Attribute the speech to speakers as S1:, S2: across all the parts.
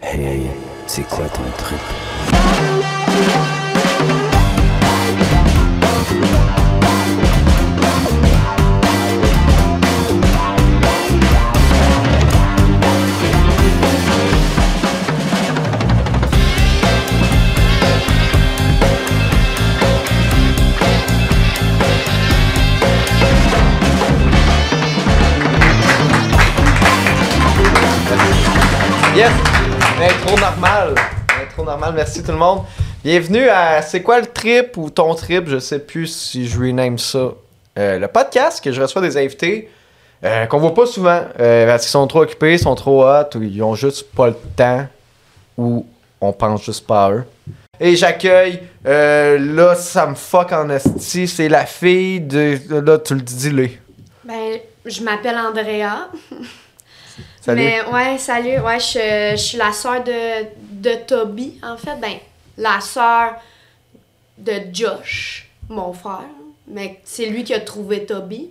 S1: Hey, c'est quoi ton trip
S2: Yes! L'intro normale. L'intro normale. Merci tout le monde. Bienvenue à C'est quoi le trip ou ton trip? Je sais plus si je rename ça. Euh, le podcast que je reçois des invités euh, qu'on voit pas souvent euh, parce qu'ils sont trop occupés, sont trop hot ou ils ont juste pas le temps ou on pense juste pas à eux. Et j'accueille, euh, là ça me fuck en esti, c'est la fille de. Là tu le dis, là.
S3: Ben, je m'appelle Andrea.
S2: Salut.
S3: Mais ouais, salut. Ouais, je, je suis la sœur de, de Toby, en fait. Ben, la sœur de Josh, mon frère. Mais c'est lui qui a trouvé Toby,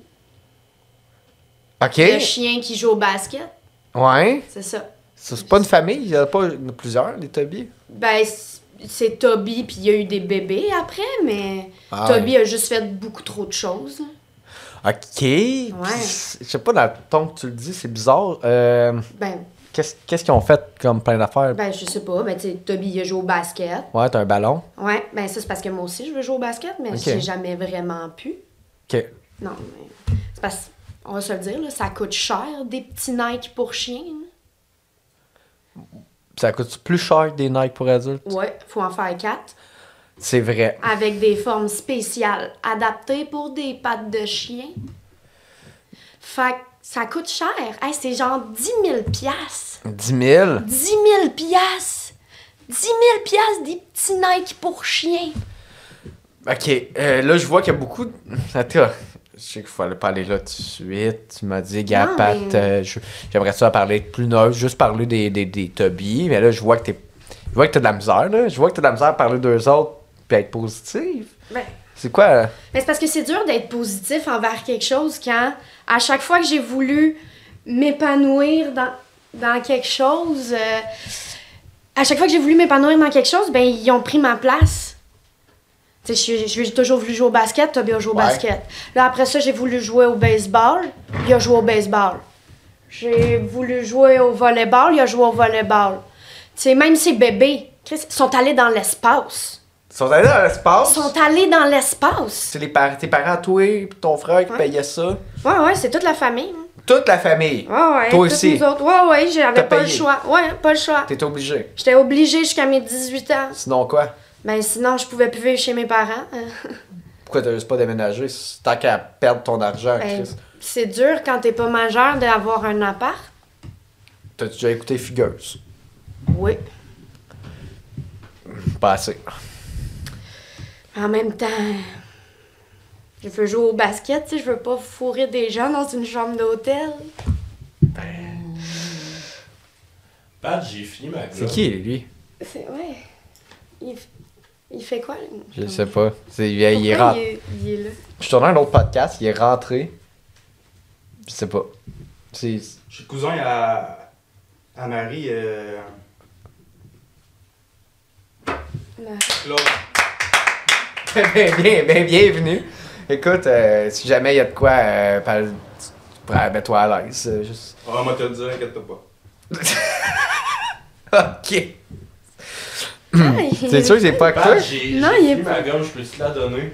S2: Ok.
S3: le chien qui joue au basket.
S2: Ouais.
S3: C'est ça.
S2: Ça, C'est pas une famille, il y en a pas plusieurs, les Tobies.
S3: Ben, c- c'est Toby, puis il y a eu des bébés après, mais
S2: Ah
S3: Toby a juste fait beaucoup trop de choses.
S2: Ok. puis Je sais pas, dans le ton que tu le dis, c'est bizarre. Euh,
S3: Ben,
S2: Qu'est-ce qu'est-ce qu'ils ont fait comme plein d'affaires?
S3: ben je sais pas. Ben, tu sais, Toby, il a joué au basket.
S2: Ouais, t'as un ballon.
S3: Ouais, ben ça, c'est parce que moi aussi, je veux jouer au basket, mais
S2: Ok.
S3: j'ai jamais vraiment pu.
S2: Ok.
S3: Non, mais c'est parce on va se le dire, là, ça coûte cher des petits Nike pour chiens. là.
S2: Ça coûte plus cher que des Nike pour adultes?
S3: Ouais, faut en faire quatre.
S2: C'est vrai.
S3: Avec des formes spéciales adaptées pour des pattes de chien. Fait que ça coûte cher. Hey, c'est genre 10 000 piastres.
S2: 10 000?
S3: 10 000 piastres! 10 000 piastres des petits Nike pour chiens.
S2: Ok, euh, là, je vois qu'il y a beaucoup. de- Attends, je sais qu'il fallait pas aller là tout de suite. Tu m'as dit, gars,
S3: Non,
S2: Pat,
S3: mais-
S2: euh, je- j'aimerais ça parler plus neutre, juste parler des, des, des Tobies. Mais là, je vois que t'es. Je vois que t'as de la misère, là. Je vois que t'as de la misère à parler d'eux autres puis à être positive.
S3: Ben,
S2: C'est quoi? euh,
S3: Mais c'est parce que c'est dur d'être positif envers quelque chose quand, à chaque fois que j'ai voulu m'épanouir dans, dans quelque chose, euh, à chaque fois que j'ai voulu m'épanouir dans quelque chose, ben ils ont pris ma place. Tu sais, j'ai- j'ai toujours voulu jouer au basket, Toby a joué au
S2: Ouais.
S3: basket. Là, après ça, j'ai voulu jouer au baseball, il a joué au baseball. J'ai voulu jouer au volleyball, il a joué au volleyball. Tu sais, même ces bébés, Chris, ils sont allés dans l'espace.
S2: Ils sont allés dans l'espace?
S3: Ils sont allés dans l'espace.
S2: C'est les par- tes parents, toi, puis ton frère qui
S3: Ouais.
S2: payaient ça.
S3: Ouais, ouais, c'est toute la famille. hein.
S2: Toute la famille.
S3: Ouais, ouais.
S2: Toi
S3: tous
S2: aussi.
S3: Nous autres. Ouais, ouais,
S2: T'as
S3: j'avais pas le
S2: payé.
S3: choix. Ouais, pas le choix.
S2: T'es obligé.
S3: J'étais obligée jusqu'à mes 18 ans.
S2: Sinon quoi?
S3: Ben sinon, je pouvais plus vivre chez mes parents.
S2: Pourquoi t'as juste pas déménagé si- tant qu'à perdre ton argent,
S3: Ben,
S2: Chris?
S3: c'est dur quand t'es pas majeur d'avoir un appart.
S2: T'as-tu déjà écouté Fugueuse?
S3: Oui.
S2: Pas assez.
S3: En même temps, je veux jouer au basket, tu sais, je veux pas fourrer des gens dans une chambre d'hôtel.
S4: Pat, j'ai fini ma
S2: C'est
S4: glotte.
S2: qui, lui?
S3: C'est. Ouais. Il, f- il fait quoi? lui?
S2: Je sais pas. C'est- il, il est
S3: Pourquoi
S2: rentré.
S3: il est- il est là.
S2: Je tournais un autre podcast, il est rentré. Je sais pas. C'est...
S4: Je suis cousin à, à Marie. euh,
S3: Non.
S4: Claude.
S2: bien, bien, bien, bienvenue. Écoute, euh, si jamais il y a de quoi, euh, parle- tu- tu- mets-toi à l'aise. euh, juste...
S4: Ah, On va te le dire, inquiète pas.
S2: Ok.
S3: Ah, il-
S2: C'est Hmm. sûr que c'est pas que toi?
S4: Pat, j'ai
S3: Non,
S4: j'ai
S3: il est
S4: fini ma gomme, je peux te la donner.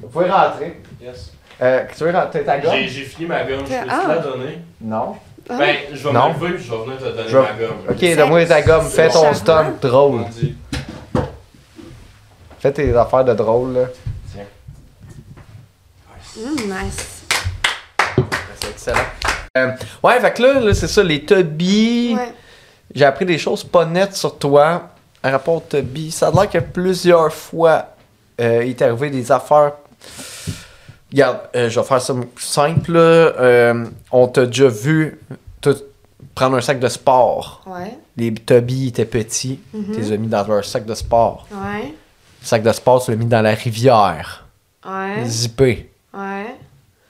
S2: Vous pouvez rentrer.
S4: Yes.
S2: Euh, tu veux rentrer ta gomme?
S4: J'ai j'ai fini ma gomme, je peux te
S3: Ah.
S4: la donner.
S2: Non.
S3: Ah.
S4: Ben, je vais
S2: Non.
S4: me lever puis je vais venir te donner
S2: Je vais-
S4: ma gomme.
S2: Ok, donne-moi ta gomme, fais ton stunt drôle.
S4: On dit.
S2: Fais tes affaires de drôle, là.
S4: Tiens.
S3: Hum, nice.
S2: C'est excellent. Euh, ouais, fait que là, là, c'est ça, les Tobies.
S3: Ouais.
S2: J'ai appris des choses pas nettes sur toi en rapport aux Tobies. Ça a l'air que plusieurs fois, euh, il t'est arrivé des affaires. Regarde, euh, je vais faire ça simple. là. Euh, on t'a déjà vu te- prendre un sac de sport.
S3: Ouais.
S2: Les Tobies étaient petits.
S3: Mhm.
S2: Tu les as mis dans leur sac de sport.
S3: Ouais.
S2: Le sac de sport, tu l'as mis dans la rivière.
S3: Ouais.
S2: Zippé.
S3: Ouais.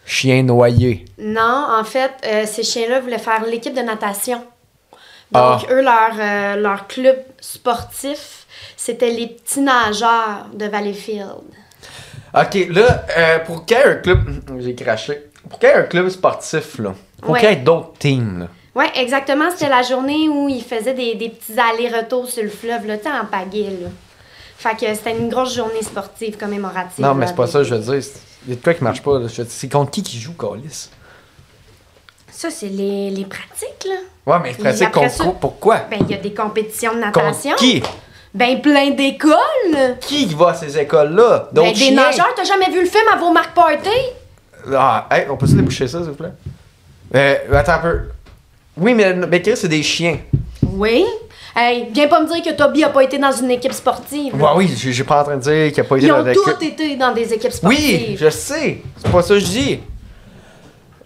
S2: Chien noyé.
S3: Non, en fait, euh, ces chiens-là voulaient faire l'équipe de natation. Donc,
S2: Ah.
S3: eux, leur, euh, leur club sportif, c'était les petits nageurs de Valleyfield.
S2: Ok, là, euh, pour qu'il y ait un club. J'ai craché. Pour qu'il y ait un club sportif, là. Pour
S3: Ouais.
S2: qu'il y ait d'autres teams, là.
S3: Oui, exactement. C'était la journée où ils faisaient des, des petits allers-retours sur le fleuve, là, tu sais, en pagaie, là. Fait que c'était une grosse journée sportive commémorative.
S2: Non, mais c'est
S3: là,
S2: pas
S3: avec-
S2: ça, je veux dire. c'est- Il y a de quoi qui marche pas, là. Je veux dire, C'est contre qui qui joue, Calis
S3: Ça, c'est les, les pratiques, là.
S2: Ouais, mais
S3: Et
S2: pratique
S3: après
S2: contre
S3: ça-
S2: quoi? Pourquoi
S3: Ben, il y a des compétitions de
S2: Contre
S3: natation.
S2: qui
S3: Ben, plein d'écoles.
S2: Qui va à ces écoles-là
S3: Ben,
S2: D'autres
S3: des
S2: chiens?
S3: nageurs, t'as jamais vu le film avant Marc Party?
S2: Ah, hey, on peut-tu déboucher ça, s'il vous plaît Euh, attends un peu. Oui, mais, mais Chris, c'est des chiens.
S3: Oui. Hey, viens pas me dire que Toby a pas été dans une équipe sportive. là.
S2: Ouais, oui, j'ai j'ai pas en train de dire qu'il n'y a pas été
S3: Ils
S2: dans
S3: ont
S2: la-
S3: tous été dans des équipes sportives.
S2: Oui, je sais. C'est pas ça que je dis.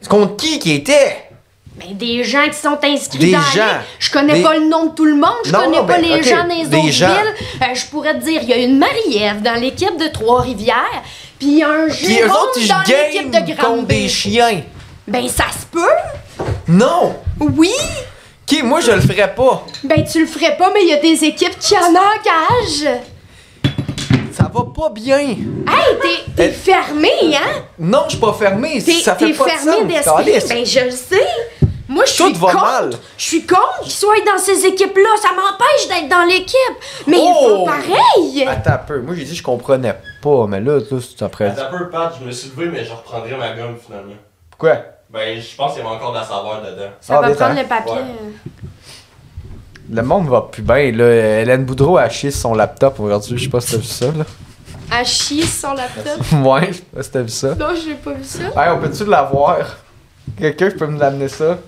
S2: C'est contre qui qui était
S3: Ben, des gens qui sont inscrits
S2: Des
S3: dans la
S2: gens.
S3: ligue. Je connais
S2: Des-
S3: pas le nom de tout le monde. Je
S2: Non,
S3: connais
S2: non,
S3: pas
S2: ben,
S3: les
S2: ok,
S3: gens des,
S2: des
S3: autres
S2: gens.
S3: villes. Euh, je pourrais te dire, il y a une Marie-Ève dans l'équipe de Trois-Rivières, puis il y a un
S2: Puis eux
S3: Jérôme
S2: autres, ils
S3: dans l'équipe de
S2: gagnent contre des
S3: Granby.
S2: chiens.
S3: Ben, ça se peut.
S2: Non
S3: Oui.
S2: Qui, moi, je le ferais pas.
S3: Ben, tu le ferais pas, mais il y a des équipes qui en engagent.
S2: Ça va pas bien.
S3: Hey, t'es- t'es
S2: Euh,
S3: fermé, hein?
S2: Non, je suis pas fermé.
S3: T'es
S2: Ça
S3: t'es
S2: fait pas
S3: fermé
S2: de sens. Calisse.
S3: d'esprit. Ben, je le sais. Moi, je
S2: Tout
S3: suis
S2: va
S3: contre.
S2: mal.
S3: Je suis contre qu'ils soient dans ces équipes-là. Ça m'empêche d'être dans l'équipe. Mais ils
S2: Oh!
S3: font pareil.
S2: Attends un peu. Moi, j'ai dit je comprenais pas, mais là, là c'est après.
S5: Attends un peu, Pat, je me suis levé, mais je reprendrai ma gomme finalement.
S2: Pourquoi
S5: Ben, je pense qu'il y avait encore de la saveur dedans.
S3: Ça
S2: Ah,
S3: va
S2: des
S3: prendre
S2: temps.
S3: le papier.
S5: Ouais.
S2: Le monde va plus bien, là. Hélène Boudreau a chié sur son laptop aujourd'hui. Je sais pas si t'as vu ça, là.
S3: À chier sur son laptop.
S2: ouais, je sais pas si t'as vu ça.
S3: Non, j'ai pas vu ça.
S2: Hey, on peut-tu l'avoir? Quelqu'un qui peut me l'amener ça?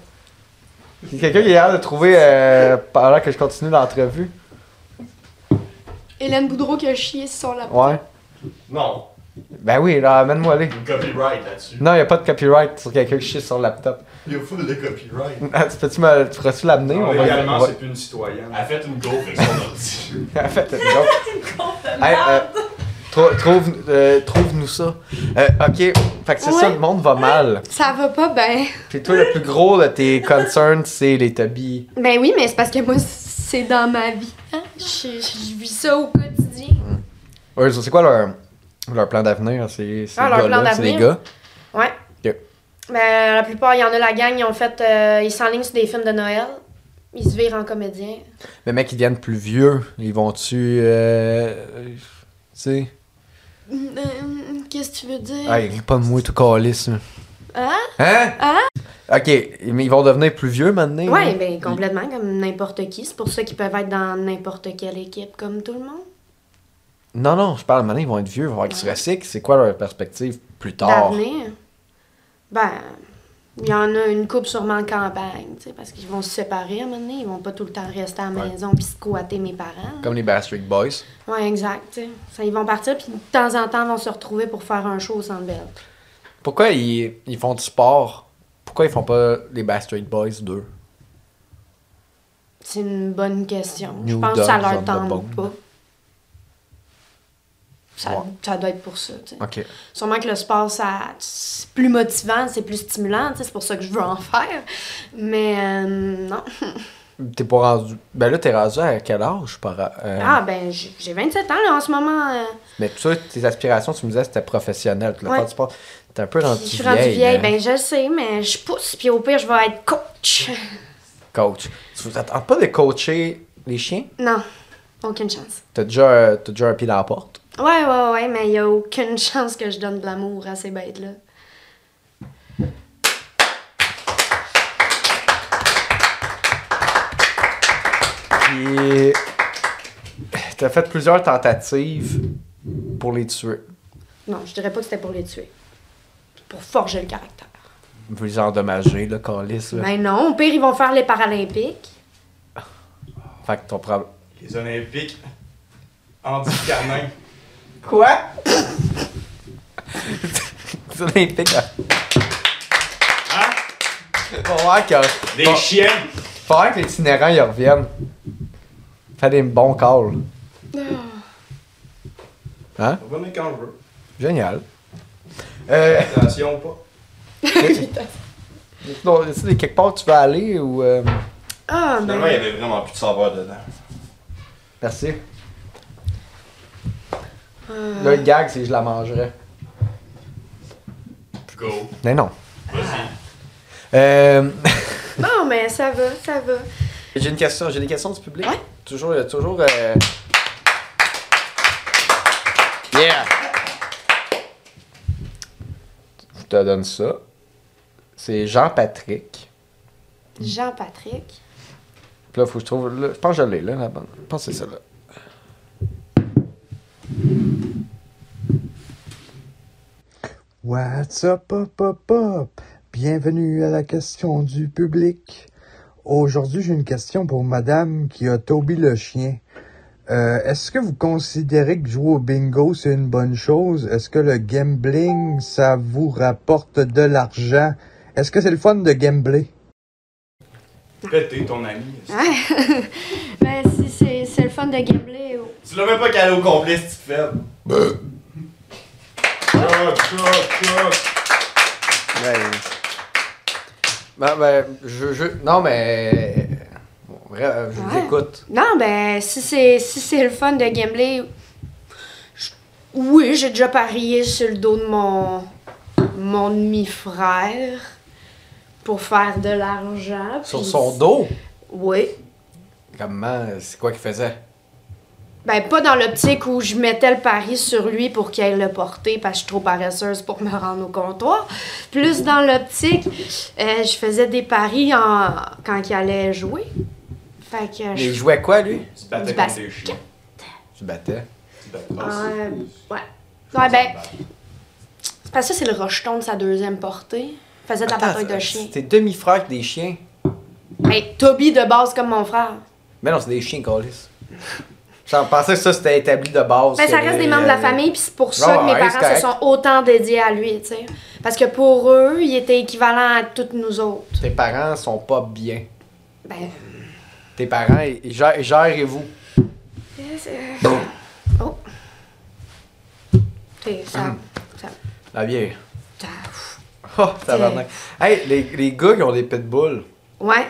S2: Quelqu'un qui est l'air de trouver euh, pendant que je continue l'entrevue?
S3: Hélène Boudreau qui a chié sur son laptop.
S2: Ouais.
S5: Non,
S2: Ben oui, là, amène-moi les.
S5: copyright là-dessus.
S2: Non, y a pas de copyright sur quelqu'un qui chie sur le laptop.
S5: Il y a full de copyright.
S2: Ah, tu peux-tu me, tu pourrais-tu l'amener? On va- on
S4: Légalement,
S2: va-
S4: c'est plus une citoyenne.
S5: Elle a fait une go avec son ordi.
S2: En fait, c'est une joke. Hey, euh, trou- trouve, euh, trouve-nous ça. Euh, ok, fait que c'est
S3: Ouais.
S2: ça, le monde va mal.
S3: Ça va pas ben.
S2: Puis toi, le plus gros de tes concerns, c'est les tabis.
S3: Ben oui, mais c'est parce que moi, c'est dans ma vie. hein. Je, je- je vis ça au quotidien.
S2: Ouais, c'est quoi leur, leur plan d'avenir? C'est, c'est
S3: Ah, leur plan
S2: c'est les
S3: d'avenir?
S2: gars.
S3: Ouais.
S2: Ok.
S3: Ben, la plupart, il y en a la gang, ils ont fait. euh, ils s'enlignent sur des films de Noël. Ils se virent en comédien.
S2: Mais mec, ils deviennent plus vieux. Ils vont-tu. Euh, euh, tu sais.
S3: Euh, Qu'est-ce que tu veux dire?
S2: Ah, ils pas de moi, tout calisse. là.
S3: Hein?
S2: Hein?
S3: Hein?
S2: Ok, mais ils vont devenir plus vieux maintenant. là.
S3: Ouais, ben complètement, comme n'importe qui. C'est pour ça qu'ils peuvent être dans n'importe quelle équipe, comme tout le monde.
S2: Non, non, je parle maintenant, ils vont être vieux, ils vont être sur recyclent. C'est quoi leur perspective plus tard?
S3: Ah. D'avenir. Ben, il y en a une coupe sûrement en campagne, tu sais, parce qu'ils vont se séparer à un moment donné. Ils vont pas tout le temps rester à la
S2: Ouais.
S3: maison puis squatter mes parents.
S2: Comme les Bastric Boys.
S3: Ouais, exact, tu sais. Ça, Ils vont partir puis de temps en temps, ils vont se retrouver pour faire un show au Centre Bell.
S2: Pourquoi ils, ils font du sport? Pourquoi ils font pas les Backstreet Boys 2?
S3: C'est une bonne question. Je
S2: New
S3: pense que ça
S2: Dogs on
S3: leur
S2: the
S3: tente
S2: Bone.
S3: pas. Ça,
S2: Ouais.
S3: ça doit être pour ça, tu sais.
S2: Ok.
S3: Sûrement que le sport, ça, c'est plus motivant, c'est plus stimulant, tu sais, c'est pour ça que je veux en faire. Mais euh, non.
S2: T'es pas rendu. Ben là, t'es rendu à quel âge? Par... euh,
S3: Ah, ben, j'ai j'ai 27 ans, là, en ce moment. euh,
S2: Mais toi, tes aspirations, tu me disais, c'était professionnel. Tu l'as
S3: Ouais.
S2: fait du sport. T'es un peu rendu
S3: je
S2: vieille.
S3: suis rendue vieille,
S2: hein,
S3: ben, je le sais, mais je pousse, puis au pire, je vais être coach.
S2: Coach. Tu vous attends pas de coacher les chiens?
S3: Non, aucune chance.
S2: T'as déjà, euh, t'as déjà un pied dans la porte?
S3: Ouais, ouais, ouais, mais il n'y a aucune chance que je donne de l'amour à ces bêtes-là.
S2: Puis. T'as fait plusieurs tentatives pour les tuer.
S3: Non, je dirais pas que c'était pour les tuer. Pour forger le caractère.
S2: Vous les endommager, là, Carlis. Là.
S3: Ben non, au pire, ils vont faire les Paralympiques.
S2: Fait que ton problème.
S4: Les Olympiques, Andy Carmin.
S2: Quoi? Les Olympiques. Hein?
S5: Hein?
S2: Faut voir que,
S5: Des
S2: Bon.
S5: chiens!
S2: faut voir que l'itinérant y revienne. Fais des bons calls. Ah. Hein?
S4: On va venir quand je veux.
S2: Génial. Euh,
S4: Attention ou pas.
S2: non, est-ce que quelque part tu vas aller ou. euh,
S3: Ah, mais.
S5: Finalement, il y avait vraiment plus de saveur dedans.
S2: Merci.
S3: euh,
S2: Là, le gag, c'est que je la mangerais.
S5: Go.
S2: Mais non.
S5: Vas-y.
S2: Euh,
S3: Bon, mais ça va, ça va.
S2: j'ai une question, j'ai des questions du public.
S3: Ouais.
S2: Toujours, euh, toujours. euh, Yeah. Je te donne ça. C'est Jean-Patrick.
S3: Jean-Patrick.
S2: Puis Là, faut que je trouve. là, je pense que je l'ai, là, la bonne. Je pense que c'est celle-là.
S6: What's up, up, up, up? Bienvenue à la question du public. Aujourd'hui, j'ai une question pour madame qui a Toby le chien. Euh, Est-ce que vous considérez que jouer au bingo, c'est une bonne chose? Est-ce que le gambling, ça vous rapporte de l'argent? Est-ce que c'est le fun de gambler?
S4: Péter ton ami.
S3: Ouais. ben, si c'est c'est le fun de gambler. oh.
S5: Tu l'as même pas calé au complet, ce petit faible. Ben. Choc, choc, choc.
S2: Ben, ben, ben, je, je. Non, mais. Bon, vrai, euh, je vous
S3: Ouais.
S2: écoute.
S3: Non, ben, si c'est si c'est le fun de gambler. je- Oui, j'ai déjà parié sur le dos de mon, mon demi-frère pour faire de l'argent.
S2: Sur
S3: puis-
S2: son dos,
S3: Oui.
S2: comment, euh, c'est quoi qu'il faisait?
S3: Ben, pas dans l'optique où je mettais le pari sur lui pour qu'il aille le porter parce que je suis trop paresseuse pour me rendre au comptoir. Plus dans l'optique, euh, je faisais des paris en... quand il allait jouer. Fait que
S2: Mais
S3: Ben, je-
S2: il jouait quoi, lui?
S4: Tu te
S3: Du
S4: battais contre
S3: basket.
S4: des chiens.
S2: Tu battais.
S4: Tu te battais.
S3: Ouais, ouais. Ouais, ben, c'est parce que ça, c'est le rocheton de sa deuxième portée. Il faisait de la bataille
S2: euh,
S3: de chien.
S2: T'es demi-frère que des chiens.
S3: Hey, Toby de base comme mon frère.
S2: Mais non, c'est des chiens, Colis. J'en pensais que ça, c'était établi de base.
S3: Ben, ça
S2: que- euh,
S3: reste des membres de la famille, puis c'est pour ça
S2: Ouais,
S3: que mes
S2: ouais, c'est
S3: parents se
S2: correct.
S3: sont autant dédiés à lui, tu sais. Parce que pour eux, il était équivalent à toutes nous autres.
S2: Tes parents sont pas bien.
S3: Ben,
S2: Tes parents, ils ils gèrent, ils gèrent et vous.
S3: euh, Oh. T'es-
S2: Mm.
S3: ça. ça-
S2: La vieille.
S3: ça-
S2: Oh, tabarnak. Hey, les, les gars qui ont des pitbulls,
S3: Ouais.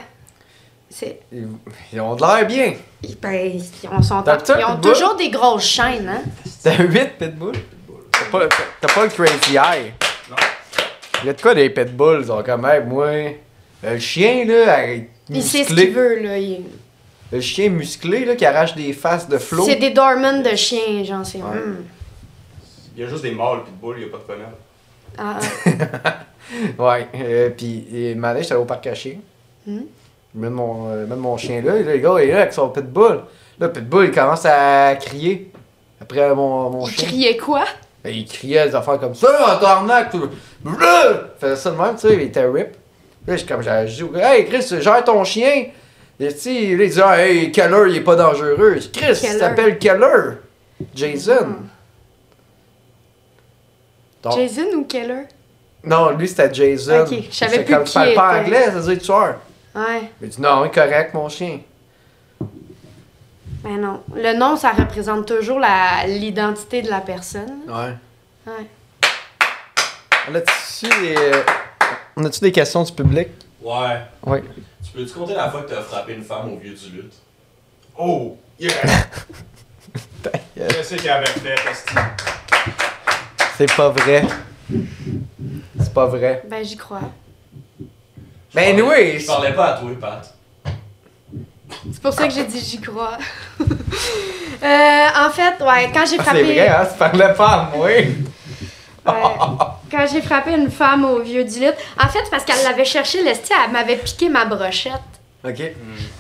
S3: C'est.
S2: ils, ils ont de l'air bien.
S3: ils- Ben, ils ont, sont-
S2: T'as le
S3: ils
S2: temps
S3: ont
S2: de
S3: toujours des grosses chaînes, hein.
S2: T'as 8 pitbulls? T'as pas, t'as pas le crazy eye.
S4: Non.
S2: Il y a de quoi des pitbulls, ils ont quand même, moi. euh, Le chien, là, elle-
S3: Il sait ce
S2: Mm. musclé.
S3: qu'il veut, là. il-
S2: Le chien musclé, là, qui arrache des faces de flot.
S3: C'est des dormants de chiens, genre, c'est. hum.
S4: Il y a juste des mâles pis de boules, il y a pas de femelles.
S3: Ah,
S2: Ouais, euh, puis et, Mané, j'étais allé au parc à chiens.
S3: Mhm.
S2: Je mets de mon, euh, je mets de mon chien là, et là, le gars, il est là avec son pitbull. Là, le pitbull, il commence à crier. Après mon, mon
S3: il
S2: chien.
S3: criait quoi?
S2: Ben, il criait des affaires comme ça, en tarnac, tout. Là! Il faisait ça de même, tu sais, il était rip. Là, j'ai comme, j'ai dit au gars, hey Chris, gère ton chien. Et tu sais, il disait, Ah, hey, Keller, il est pas dangereux. Je dis, Chris, il
S3: Keller. Hmm.
S2: s'appelle Keller. Jason. Donc-
S3: Jason ou Keller?
S2: Non, lui, c'était Jason.
S3: Ok, je savais
S2: C'était
S3: plus
S2: comme,
S3: qui
S2: parle pas
S3: était.
S2: anglais, ça veut dire tueur.
S3: Ouais.
S2: Il dit, non, il est correct, mon chien.
S3: Ben non. Le nom, ça représente toujours la- l'identité de la personne.
S2: Ouais.
S3: Ouais.
S2: On a-tu des, on a-tu des questions du public?
S5: Ouais.
S2: Oui.
S5: Tu peux-tu compter la fois que t'as frappé une femme au vieux du lutte?
S4: Oh! Yeah! Qu'est-ce qu'il avait fait, Esti?
S2: C'est pas vrai. C'est pas vrai.
S3: Ben j'y crois.
S2: Ben oui!
S5: Je parlais pas à toi, Pat.
S3: C'est pour ça que j'ai dit j'y crois. Euh, en fait, ouais, quand j'ai
S2: Ah, C'est
S3: frappé.
S2: vrai, hein? Tu parlais pas à moi.
S3: ouais, quand j'ai frappé une femme au vieux du lit, en fait, c'est parce qu'elle l'avait cherché, l'esti, elle m'avait piqué ma brochette.
S2: OK.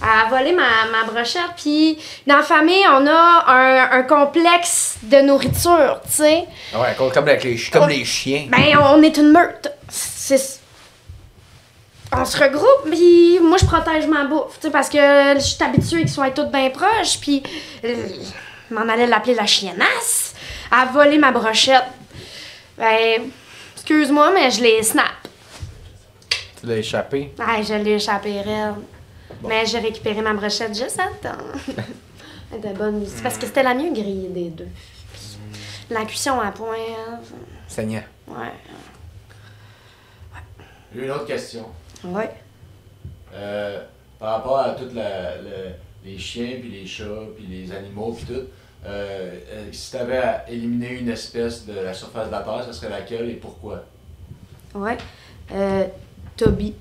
S3: à voler ma, ma brochette. Puis dans la famille, on a un, un complexe de nourriture, tu sais.
S2: Ouais, comme, comme, les, comme les chiens.
S3: Ben, on est une meute. C'est... On se regroupe, puis moi, je protège ma bouffe, tu sais, parce que je suis habituée qu'ils soient toutes bien proches, puis euh, je m'en allais l'appeler la chiennasse à voler ma brochette. Ben, excuse-moi, mais je les snap.
S2: Tu l'as échappé.
S3: Ah, je l'ai échappé raide. Mais j'ai récupéré ma brochette juste à temps. Elle était bonne. C'est parce que c'était la mieux grillée des deux. Puis La cuisson à point. hein,
S2: Seigneur.
S3: Ouais.
S7: J'ai une autre question.
S3: Ouais.
S7: Euh,
S5: par rapport à tous les chiens, puis les chats, puis les animaux, puis tout, euh, euh, si tu avais à éliminer une espèce de la surface de la Terre, ce serait laquelle et pourquoi?
S3: Ouais. Euh, Toby.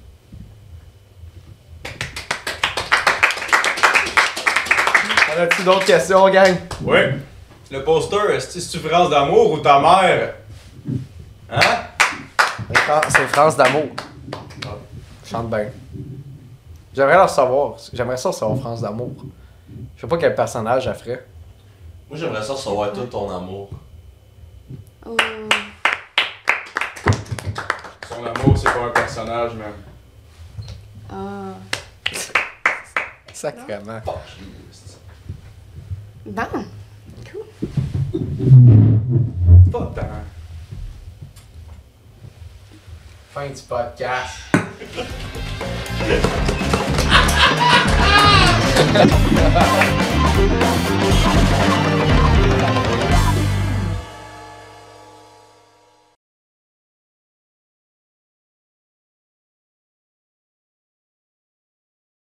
S2: On a-tu d'autres questions, gang?
S4: Ouais. Le poster, est-ce que c'est une phrase d'amour ou ta mère? Hein?
S2: C'est Fran- C'est France d'amour. Chante bien. J'aimerais leur savoir. J'aimerais ça savoir France d'amour. Je sais pas quel personnage elle ferait.
S4: Moi, j'aimerais ça recevoir tout ton amour.
S3: Oh.
S8: Son amour, c'est pas un personnage, même.
S3: Ah.
S2: Sacrément.
S4: Fuck you, esti.
S3: Bon.
S8: Pas tant.
S2: Fin du podcast.